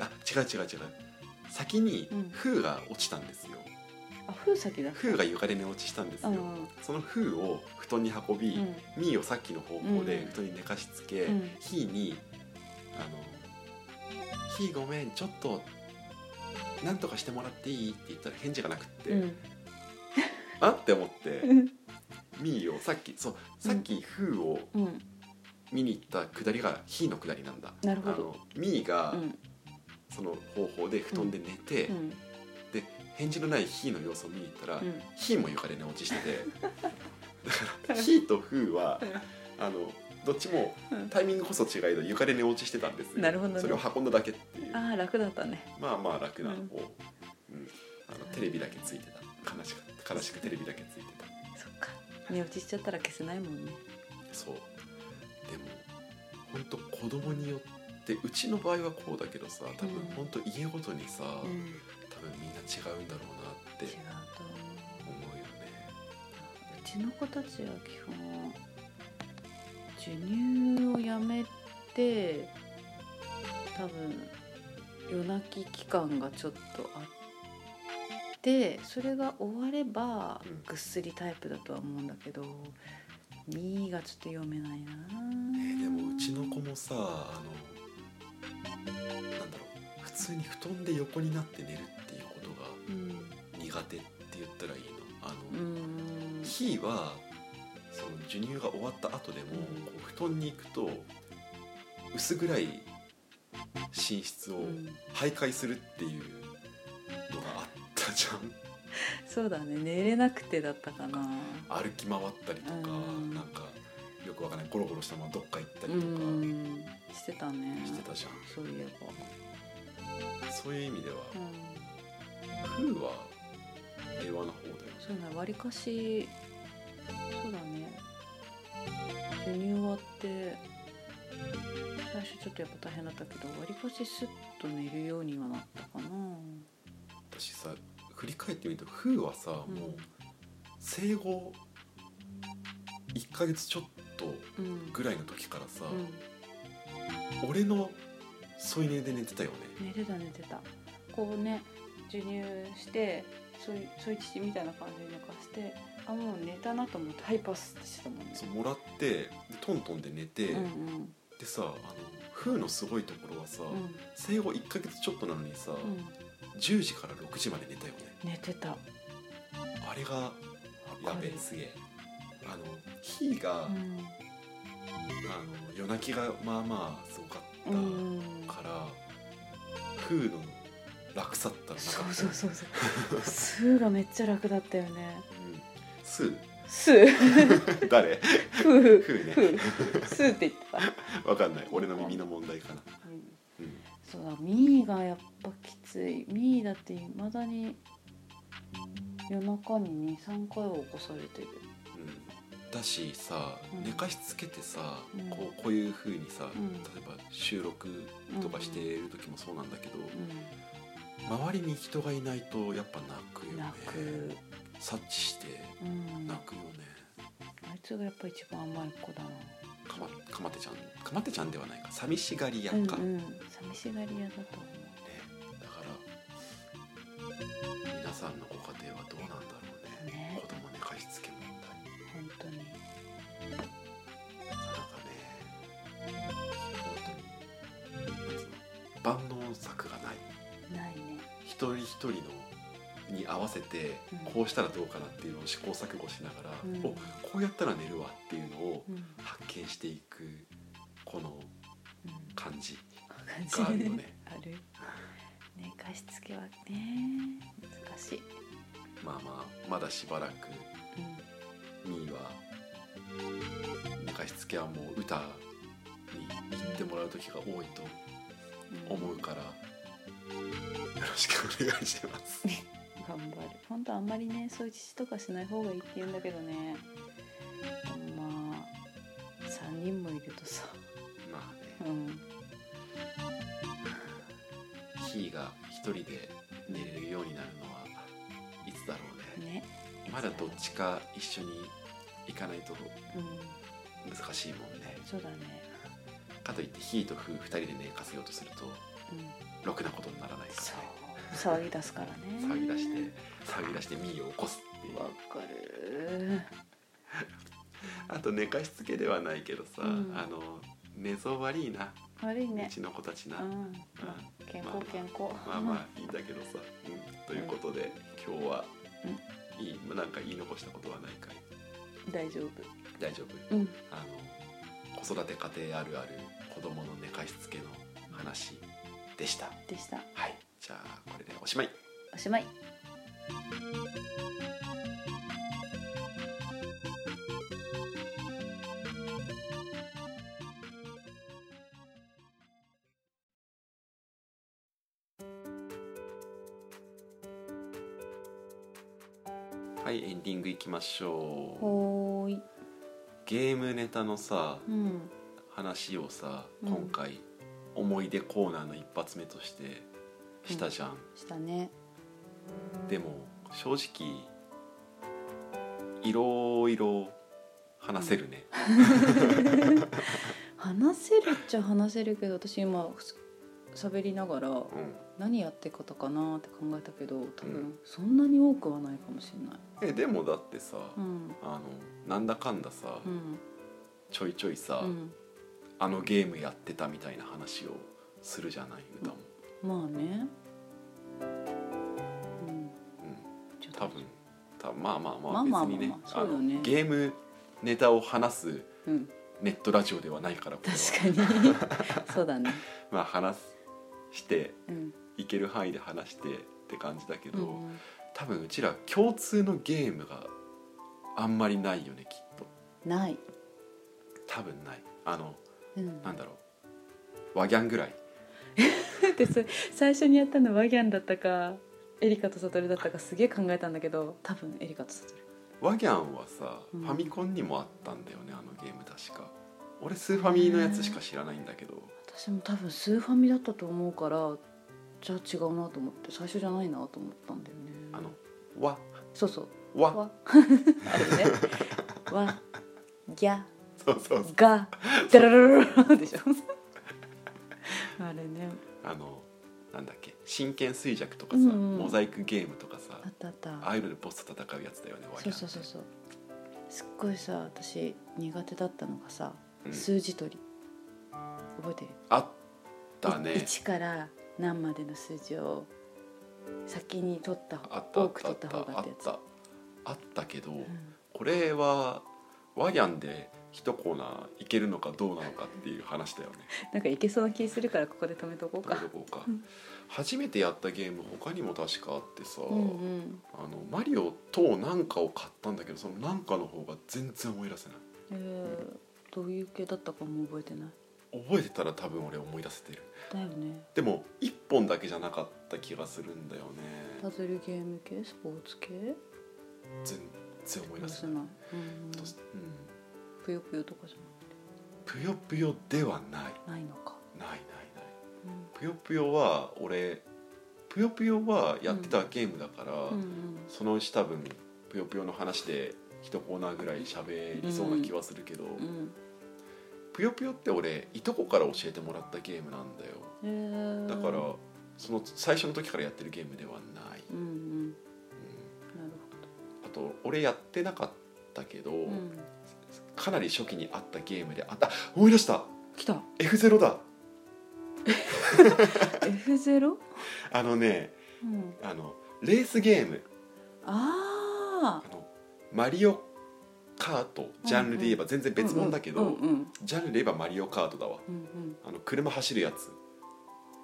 あ違う違う違う先に
うん
フーが落ちたんですよ、
あ風先だ
フーが床で寝落ちしたんです
う
よ、
ん
そのフーを布団に運び、
うん
ミーをさっきの方向
う
で
ん
布団に寝かしつけ、
うん
ヒーに「あのヒーごめんちょっとなんとかしてもらっていい?」って言ったら返事がなくって、
うん
あって思っ
う
て
ん
ミーをさっきそうさっきフーを
うん
見に行った下りがヒーの下りなんだ。
なるほど
あのミーが
うん
その方法で布団で寝て、
うん
で返事のないヒーの様子を見に行ったら、
うん
ヒーも床で寝落ちしてて
[LAUGHS]
だからヒーとフーはあのどっちも
うん
タイミングこそ違いど床で寝落ちしてたんですよ
なるほどね
それを運んだだけっていう
ああ楽だったね
まあまあ楽な方、
うん
うんあのテレビだけついてた悲しかった悲しくテレビだけついてた
そっか寝落ちしちゃったら消せないもんね
そうでも本当子供によってうちの場合はこうだけどさ多分
うん
本当家ごとにさ、
うん
多分みんな違うんだろうなって
違うと思う
思うよね
うちの子たちは基本授乳をやめて多分夜泣き期間がちょっとあってそれが終われば
うん
ぐっすりタイプだとは思うんだけど「み」がちょっと読めないな、
えーでもうちの子もさあのなんだろう普通に布団で横になって寝るっていうことが
うん
苦手って言ったらいいのあ
う
の、
ん
ヒーはその授乳が終わった後でも、
うん
こう布団に行くと薄暗い寝室を
うん
徘徊するっていうのがあったじゃん、 [LAUGHS]
そうだね寝れなくてだったかな
歩き回ったりとか、
うん
なんかよくわからないゴロゴロしたままどっか行った
う
りとか
んしてたね
してたじゃん、
そういえば、
そういう意味では、
うん
フーは平和な方だよね
そうだねわりかしそうだね授乳終わって最初ちょっとやっぱ大変だったけどわりかしスッと寝るようにはなったかな
私さ振り返ってみるとフーはさ、
うん
もう生後1ヶ月ちょっと
うん、
ぐらいの時からさ、
うん、
俺の添い寝で寝てたよね
寝てた寝てたこうね授乳してそういうそういう父みたいな感じで寝かしてあもう寝たなと思ってハイパスってしてたもんね
そうもらってでトントンで寝て、
うんうん
でさあのフーのすごいところはさ、
うん
生後1ヶ月ちょっとなのにさ、
うん
10時から6時まで寝たよね
寝てた
あれがやべえすげえあのヒーが、
うん
あの夜泣きがまあまあすごかっ
う
た、
ん
から風の楽さったらな
そ
か
う
った
そうそうそう。スーがめっちゃ楽だったよね。
うんス
スー、
ー誰 [LAUGHS]
フー、
風
フ
ね
ー、スーって言ってた。
わかんない俺の耳の問題かな、
うん
うん、
そうだ、ミーがやっぱきつい。ミーだって未だに夜中に二三回は起こされてる。
うんだしさ
うん
寝かしつけてさ、
うん
こうこういう風にさ、
うん
例えば収録とかしてる時もそうなんだけど、
う
周りに人がいないとやっぱ泣くよ
ん、
ね
泣く。
察知して
うん、あ
泣くよね
いつがやっぱ一番甘い子だな。
かまかまてちゃんかまてちゃんではないか寂しがり屋
う
か、
んうん、寂しがり屋だと思う。
ねだから皆さんのご家庭はどうなんだろうね
ね
子供寝かしつけ問題
本当に。
なかなかね本当になんつうの万能策がない
ないね。
一人一人のに合わせて
うん
こうしたらどうかなっていうのを試行錯誤しながら、
うん
おこうやったら寝るわっていうのを
うん、うん、
発見していくこの感じ
感
があ
じ
るよね
ある。ね、貸し付けはね難しい、
まあまあまだしばらく
う
ミーは寝かしつけはもう歌に行ってもらう時が多いと
ん
思うからよろしくお願いします。
頑張る本当あんまりねそういう父とかしない方がいいって言うんだけどねまあ3人もいるとさ
まあね
うん
キーが一人で寝れるようになるのはいつだろうね
ね
まだどっちか一緒に行かないと
うん
難しいもんね
そうだね
かといってヒーとフー2人で寝かせようとすると
うん
ろくなことにならないか
そ
らね
う騒ぎ出すからね
騒ぎ出して騒ぎ出してミーを起こすっていう
わかる
あと寝かしつけではないけどさ、
うん
あの寝相悪いな、
悪いうね
ちの子たち
う
な、
んまあ健康健康
まあまあいいんだけどさ、うん、ということで今日は、いいなんか言い残したことはないかい
[LAUGHS] 大丈夫
大丈夫
うん
あの子育て家庭あるある子供の寝かしつけの話でした
でした
はいじゃあこれでおしまい
おしまい
はいエンディングいきましょう
ほーい
ゲームネタのさ
うん
話をさ
うん
今回、思い出コーナーの一発目としてしたじゃん、
したね
でも正直いろいろ話せるね、
話せるっちゃ話せるけど私今す喋りながら
うん
何やってことかなって考えたけど多
う
分そんなに多くはないかもしれない
えでもだってさ、
うん
あのなんだかんださ、
うん
ちょいちょいさ、
うん
あのゲームやってたみたいな話をするじゃない歌も、
まあねうん
うん
ちょっと
多分多分まあまあま
ま
あ
あ
別
まあまあ
にね,、
そうよね
のゲームネタを話す
うん
ネットラジオではないからこれは
確
[LAUGHS]
かにそうだね
まあ話すして
うん
いける範囲で話してって感じだけ
う
ど、
んうん
多分うちら共通のゲームがあんまりないよねきっと
ない
多分ないあの
うん
なんだろうワギャンぐらい
でそ最初にやったのワギャンだったかエリカとサトルだったかすげえ考えたんだけど多分エリカとサトル
ワギャンはさ、
うん
ファミコンにもあったんだよねあのゲーム確か俺スーファミのやつしか知らないんだけど、
私も多分スーファミだったと思うからじゃあ違うなと思って最初じゃないなと思ったんだよね
あのわ
そうそう
わ
わ [LAUGHS] あるねわギャ
そうそうそう
ガダララララでし
[LAUGHS]
ょあれね
あのなんだっけ真剣衰弱とかさ、
うんうん
モザイクゲームとかさ
あったあった
ああいうのでボスと戦うやつだよねワ
そ
ギャ
う
ン
そうそうそうすっごいさ私苦手だったのがさ、
うん
数字取り覚えてる
あったね
1から何までの数字を先に取った
あったあ
多
っ
く
た
取
あ
っ
ったた
方が
あ
っ
って
やつ
たあったけど、
うん
これはワギャンで一コーナーいけるのかどうなのかっていう話だよね。
なんかいけそうな気するからここで止めとこう
どう
か
いうとこか初めてやったゲーム他にも確かあってさ、
うんうん
あのマリオとなんかを買ったんだけどそのなんかの方が全然思い出せない
えーどういう系だったかも覚えてない
覚えてたら多分俺思い出せてる
だよね
でも1本だけじゃなかった気がするんだよ
パ
ね
ズルゲーム系スポーツ系
全然思い出せ
す
ない、
な
う
い
ん、
うんうんぷよぷよとかじ
ぷよぷよではない
ゃないのか、
ないないない
うん
ぷよぷよは俺ぷよぷよはやってたゲームだから、
うんうん
そのうち多分ぷよぷよの話で一コーナーぐらい喋りそうな気はするけど、
うん
ぷよぷよって俺いとこから教えてもらったゲームなんだよ
えー
だから、その最初の時からやってるゲームではない、
うんうん
うん
なる
あと俺やってなかったけど、
ほど、うん、
かなり初期にあったゲームであった思い出した
来た
F0 だ
F0?
あのね
うん
あのレースゲーム
ああ
あのマリオカートジャンルで言えば全然別物だけど、
うんうん
ジャンルで言えばマリオカートだわ
うん
あの車走るやつ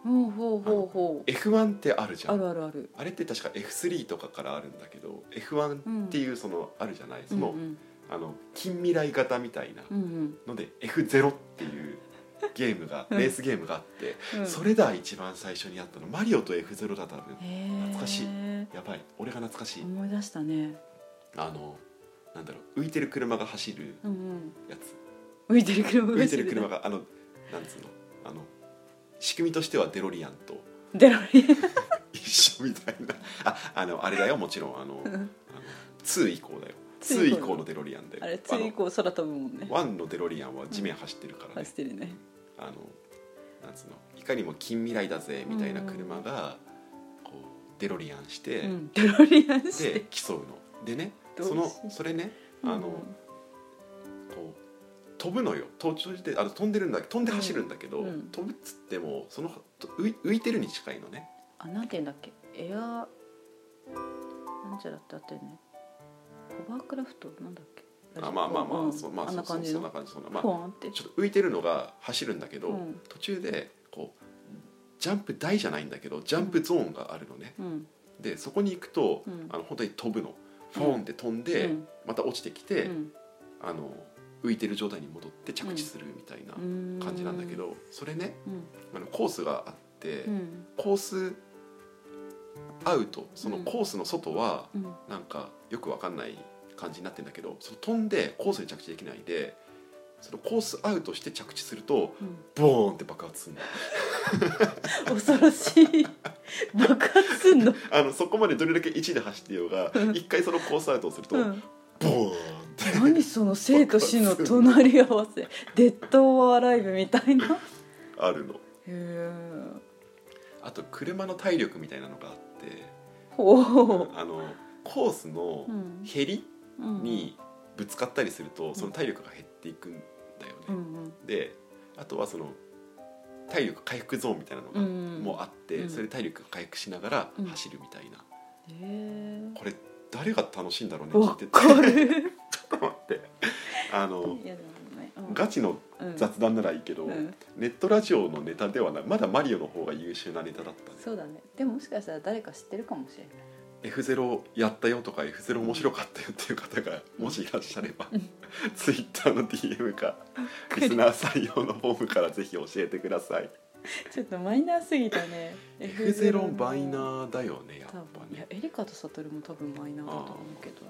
うんうんほうほうほう
F1 ってあるじゃ
あ
ん
るあるある
あれって確か F3 とかからあるんだけど F1 っていうそのあるじゃないその,、
うん
あの近未来型みたいな
うんうん
ので F0 っていうゲームが
うん
レースゲームがあって
うん
それだ一番最初にあったのマリオと F0 だ多分
へえ
懐かしいやばい俺が懐かしい
思い出したね
あのなんだろう浮いてる車が走る
うん
やつ
うん浮いてる車が
浮いてる車
が
があのなんつうのあの仕組みとしてはデロリアンと
デロリ
一緒みたいなああのあれだよもちろんあのあ
ア
の
ン
2以降だよ
2
2
以
以
降
降のデロリアンで
あれついこう空飛ぶもんね
1のデロリアンは地面走ってるからね
走ってるね
あのなんつうのいかにも近未来だぜみたいな車がこうデロリアンして、
うんデロリアンし
で
て
競うのでね
どうし
そのそれねあの、こう飛ぶのよ途中であの飛んでるんだ飛んで走るんだけど、
うんうん
飛ぶっつってもそのと浮い浮いてるに近いのね
あなんて言うんだっけエアなんちゃらってあったよねホバークラフトなんだっけ
あまあまあまあ、
うん
そうまあ
あんな
そ
感
うそう
じ
そ
の
んな
ポ
感じそんなまあ
ワンって
ちょっと浮いてるのが走るんだけど、
うん
途中でこうジャンプ台じゃないんだけどジャンプゾーンがあるのね、
うん
でそこに行くと、
うん
あの本当に飛ぶのフォーンって飛んで、
うん
また落ちてき
う
て、
ん
あの浮いてる状態に戻って着地するみたいな
うん
感じなんだけど、それね
うん
あのコースがあって、
うん
コースアウトそのコースの外は
うん
なんかよくわかんない感じになってんだけどその飛んでコースに着地できないでそのコースアウトして着地すると
うん
ボーンって爆発するの
恐ろし
[LAUGHS]
い爆発すんの
あのそこまでどれだけ1で走ってようが
うん
一回そのコースアウトをすると、
うん
ボーンって
何その生と死の隣り合わせデッド・オア・ライブみたいなへ
あるの
え
あと車の体力みたいなのがあって
おお
あのコースの
うん
へり
うん
にぶつかったりするとその体力が減っていくんだよね、
うんうん
であとはその体力回復ゾーンみたいなのが、
うん
もうあって、
うん
それで体力が回復しながら
うん
走るみたい
へ
な、
え
これ誰が楽しいんだろうね聞
わ
いてて
かる
ちょっと待ってあの
いやでもねうん
ガチの
うん
雑談ならいいけど、
うん
ネットラジオのネタではないまだマリオの方が優秀なネタだったね
そうだねでももしかしたら誰か知ってるかもしれない
F0 やったよとか F0 面白かったよっていう方がもしいらっしゃれ
[LAUGHS]
ば、
うん
Twitter の DM かリスナー採用のフォームからぜひ教えてください
ちょっとマイナーすぎたね
F0 マイナ
ー
ーだよねやっ
多
ぱ
分いや
ね
エリカとサトルも多分マイナーだと思うけど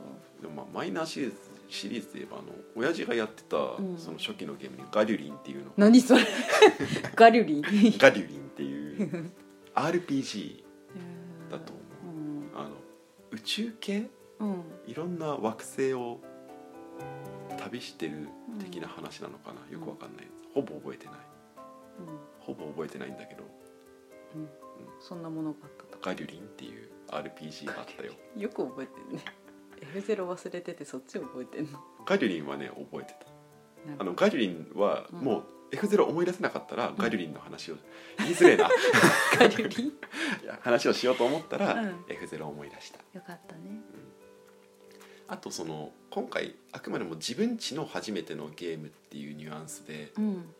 でもまあマイナーシリーズシリーズで言えばあの親父がやってた
ん
その初期のゲームに「ガリュリン」っていうの
何それ [LAUGHS] ガリュリン [LAUGHS]
ガリュリンっていう RPG だと思
う
うんあの宇宙系
うん
いろんな惑星を旅してる的な話なのかな、よくわかんないほぼ覚えてない
うん
ほぼ覚えてないんだけど
そんなものがあったと
ガリュリンっていう RPG があったよ
よく覚えてるね F0 忘れててそっち覚えてんの
ガリュリンはね覚えてた
なん
あ
か
のガリュリンは
うん
もう F0 思い出せなかったらガリュリンの話を言いづ
[LAUGHS]
れえな
ガリュリン
[LAUGHS] いや話をしようと思ったら
うん
F0 思い出した
よかったね
あとその今回あくまでも自分ちの初めてのゲームっていうニュアンスで
うん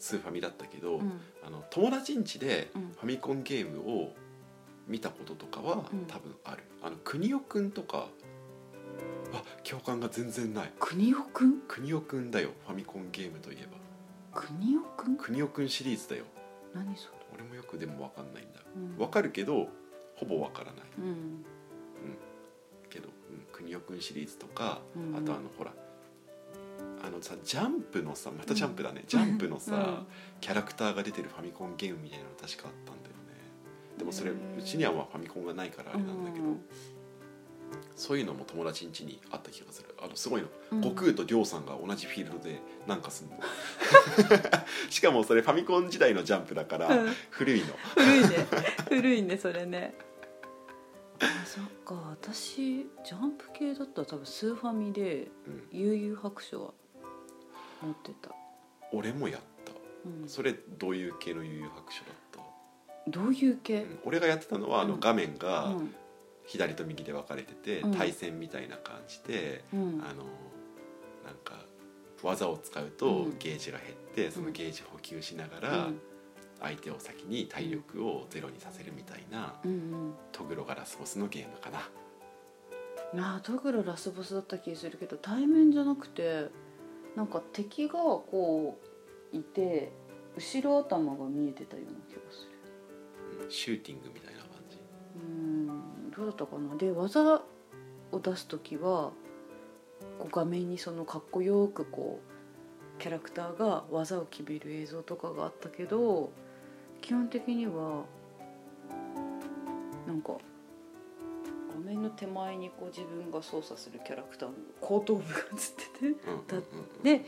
スーファミだったけど、
うん
あの友達ん家で
うん
ファミコンゲームを見たこととかは
うん
多分ある、あの国尾くんとかあ共感が全然ない
国尾くん
国尾くんだよファミコンゲームといえば
国尾くん
国尾くんシリーズだよ
何それ
俺もよくでも分かんないんだ
うん
分かるけどほぼ分からない
うん
けど、うん、国尾くんシリーズとか、
うん
あとあのほらあのさジャンプのさまたジャンプだね、ジャンプのさ、
うん
キャラクターが出てるファミコンゲームみたいなの確かあったんだよねでもそれ
へ
う
ー
ちにはまあファミコンがないからあれなんだけど、
うん
そういうのも友達ん家にあった気がするあのすごいの、
うん
悟空とりょうさんが同じフィールドでなんか
[LAUGHS]
すんのしかもそれファミコン時代のジャンプだから
うん
古いの
古いね古いねそれねあそっか私ジャンプ系だったら多分スーファミで
うん
悠々白書は持ってた、
俺もやった
うん、
それどういう系の悠々白書だった
どういう系、
うん俺がやってたのはあ
う
の
ん
画面
う
が
ん
左と右で分かれてて
うん
対戦みたいな感じで
うん
あのなんか技を使うと
うん
ゲージが減ってそのゲージ補給しながら
うん
相手を先に体力をゼロにさせるみたいな
うん
トグロがラスボスのゲームかな
うん、ああトグロラスボスだった気がするけど対面じゃなくてなんか敵がこういて後ろ頭が見えてたような気がする
うんシューティングみたいな感じ
うんどうだったかなで技を出す時はこう画面にそのかっこよくこうキャラクターが技を決める映像とかがあったけど基本的にはなんか画面の手前にこう自分が操作するキャラクターの後頭部が映ってて
うん
だ
う
っ
ん
で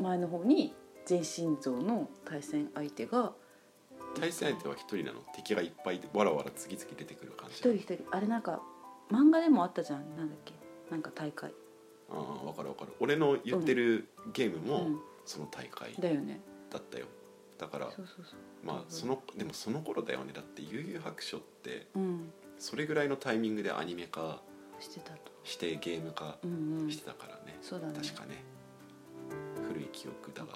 前の方に全身像の対戦相手が
うん対戦相手は一人なの敵がいっぱいわらわら次々出てくる感じ
一人一人あれなんか漫画でもあったじゃんなんだっけなんか大会、
ああ分かる分かる俺の言ってるゲーム
う
も
ん、
その大会
だよね
だったよだから
そうそうそ
まあそのでもその頃だよねだって悠々白書って
ううん
それぐらいのタイミングでアニメ化
してたと
してゲーム化
うんうん
してたからね、
そうだね
確かね古い記憶だが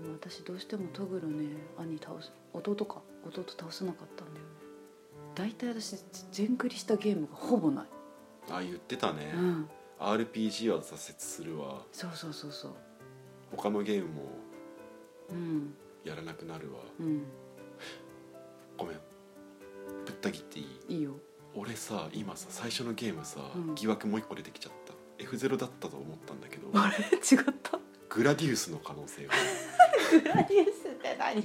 でも私どうしてもトグロね兄倒す弟か弟倒せなかったんだよね大体私全クリしたゲームがほぼない、
あ言ってたね、
うん
RPG は挫折するわ
そうそうそうそう
他のゲームも
うん
やらなくなるわ
うん
ごめんぶった切っていい
いいよ
俺さ今さ最初のゲームさ、
うん
疑惑もう一個出てきちゃった F0 だったと思ったんだけど [LAUGHS]
あれ違った
グラディウスの可能性が
グラディウスって何へ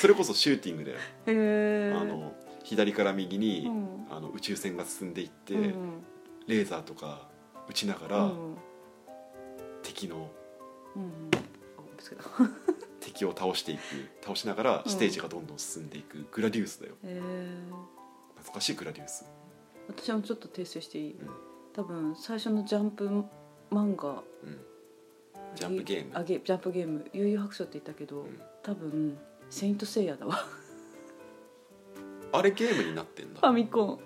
それこそシューティングだよ、
え
あの左から右に、
うん
あの宇宙船が進んでいって、
うん
レーザーとか撃ちながら、
うん
敵の
うんあぶつけた
敵を倒していく倒しながらステージがどんどん進んでいく、グラディウスだよ
えー、
懐かしいグラディウス
私もちょっと訂正していい、
うん
多分最初のジャンプ漫画
うんジャンプゲーム
あゲジャンプゲーム「悠々白書」って言ったけど、
うん
多分「セイント・セイヤ」だわ
あれゲームになってんだ
ファミコ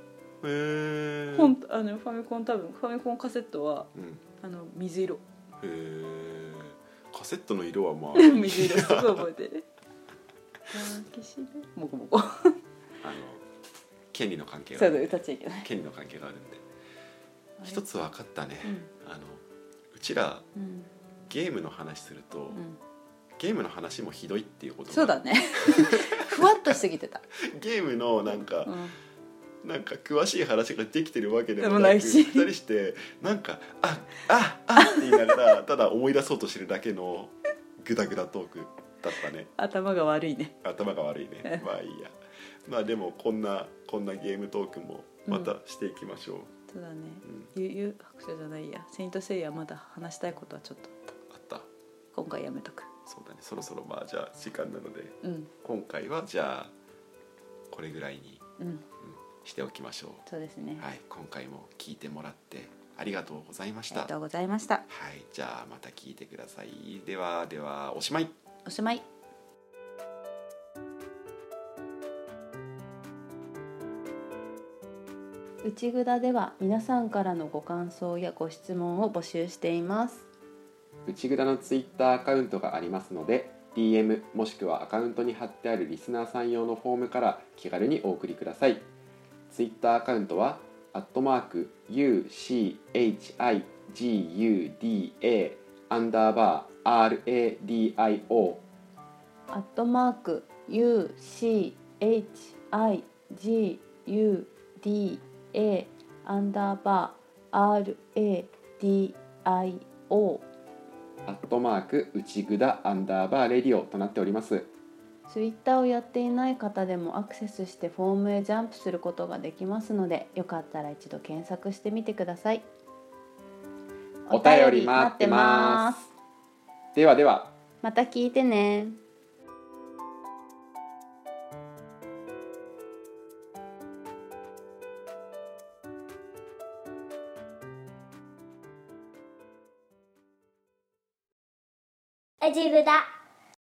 へえ
ン、ほんとあのファミコン多分ファミコンカセットは
う
あ
ん、
の水
[LAUGHS]
色
へえカセットの色はま
[LAUGHS]
あ
水色すごい覚えて
[LAUGHS]
るあー岸辺もこもこそ
あの権利の関係
う
があ
だ
る
歌っちゃいけない
権利の関係があるんで一つ分かったね、
うん
あのうちら
うん、
ゲームの話すると、
うん、
ゲームの話もひどいっていうことが
そうだ
[LAUGHS]
ねふわっとしすぎてた、
ゲームのなんか、
うん、
なんか詳しい話ができてるわけで
で
も
も
な
な
く
い
し
し
2人してなんか「あああって言いながらただ思い出そうとしてるだけのグダグダトークだったね
頭が悪いね
頭が悪い
[LAUGHS]
ねまあいいやまあでもこんなこんなゲームトークもまたしていきましょう、
そうだね
うん
ゆゆ白書じゃないや「セイント・セイヤ」まだ話したいことはちょっとあった
あった
今回やめとく
そうだねそろそろまあじゃあ時間なので
うん
今回はじゃあこれぐらいに
うん
しておきましょ
そうですね、
うはい今回も聞いてもらってありがとうございまし
あり
た
がとうございました
はい、じゃあまた聞いてください。ではではおしまい。
おしまい内ぐだでは皆さんからのご感想やご質問を募集しています
内蔵のツイッターアカウントがありますので、DM もしくはアカウントに貼ってあるリスナーさん用のフォームから気軽にお送りください。ツイッターアカウントはアットマーク U C H I G U D A アンダーバー R A D I O
アットマーク UCHIGUDA アンダーバー RADIO
アットマーク内蔵アンダーバーレディオとなっております。
ツイッターをやっていない方でもアクセスしてフォームへジャンプすることができますのでよかったら一度検索してみてください
お便り待ってますではでは。
また聞いてね
うちぐだ。